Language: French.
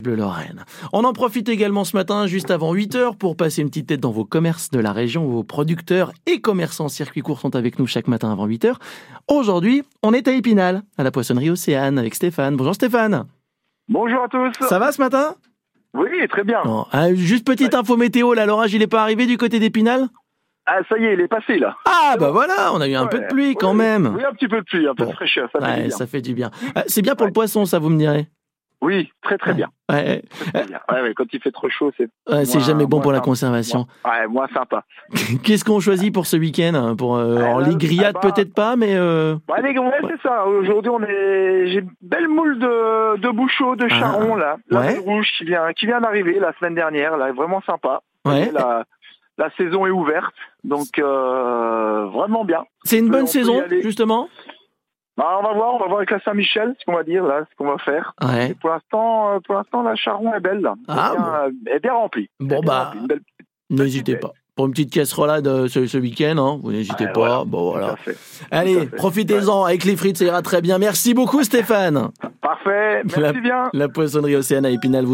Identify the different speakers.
Speaker 1: Bleu Lorraine. On en profite également ce matin, juste avant 8h, pour passer une petite tête dans vos commerces de la région. Vos producteurs et commerçants circuit court sont avec nous chaque matin avant 8h. Aujourd'hui, on est à Épinal, à la poissonnerie Océane, avec Stéphane. Bonjour Stéphane.
Speaker 2: Bonjour Ah. à tous.
Speaker 1: Ça va ce matin
Speaker 2: Oui, très bien.
Speaker 1: Non, hein, Juste petite info météo, là, l'orage, il n'est pas arrivé du côté d'Épinal
Speaker 2: Ah, ça y est, il est passé là.
Speaker 1: Ah, bah voilà, on a eu un peu de
Speaker 2: Ouais.
Speaker 1: pluie quand
Speaker 2: Oui,
Speaker 1: même.
Speaker 2: Oui, un petit peu de pluie, un peu
Speaker 1: Bon.
Speaker 2: de fraîcheur, ça fait
Speaker 1: Ouais,
Speaker 2: du bien.
Speaker 1: ça fait du bien. Euh, C'est bien pour le
Speaker 2: Ouais.
Speaker 1: poisson, ça, vous me direz.
Speaker 2: Oui, très très bien.
Speaker 1: Ouais,
Speaker 2: Très bien. Ouais, ouais, quand il fait trop chaud, c'est
Speaker 1: ouais, c'est
Speaker 2: Moins-
Speaker 1: jamais bon
Speaker 2: moins
Speaker 1: pour la
Speaker 2: sympa.
Speaker 1: conservation.
Speaker 2: ouais, moins sympa.
Speaker 1: Qu'est-ce qu'on choisit pour ce week-end hein, Pour euh,
Speaker 2: Eh
Speaker 1: en
Speaker 2: ben,
Speaker 1: ligue grillade
Speaker 2: eh ben-
Speaker 1: peut-être pas, mais euh,
Speaker 2: Bon, allez, ouais, c'est ça. Aujourd'hui, on est, j'ai une belle moule de, de bouchot, de charron là, la
Speaker 1: Ah. Ouais.
Speaker 2: Belle rouge qui vient, qui vient d'arriver la semaine dernière, là, vraiment sympa.
Speaker 1: ouais.
Speaker 2: La, la saison est ouverte, donc euh, vraiment bien.
Speaker 1: C'est une
Speaker 2: peut-
Speaker 1: bonne
Speaker 2: on peut y
Speaker 1: saison
Speaker 2: aller.
Speaker 1: justement.
Speaker 2: Bah, on va voir, on va voir avec la Saint-Michel ce qu'on va dire là, ce qu'on va faire.
Speaker 1: Ouais.
Speaker 2: Pour l'instant, euh, pour l'instant, la Charron est belle. Là.
Speaker 1: Ah,
Speaker 2: Elle est bien, elle est bien remplie. Elle est
Speaker 1: Bon,
Speaker 2: bien
Speaker 1: bah,
Speaker 2: remplie, une belle-
Speaker 1: N'hésitez pas. Pour une petite casserolade euh, ce, ce week-end, hein, vous n'hésitez
Speaker 2: Ouais,
Speaker 1: pas.
Speaker 2: voilà.
Speaker 1: Bon
Speaker 2: tout à
Speaker 1: voilà.
Speaker 2: fait.
Speaker 1: Allez,
Speaker 2: fait.
Speaker 1: profitez-en avec les frites, ça ira très bien. Merci beaucoup Stéphane.
Speaker 2: Parfait. Merci
Speaker 1: La-
Speaker 2: bien.
Speaker 1: La poissonnerie Océane à Épinal. vous-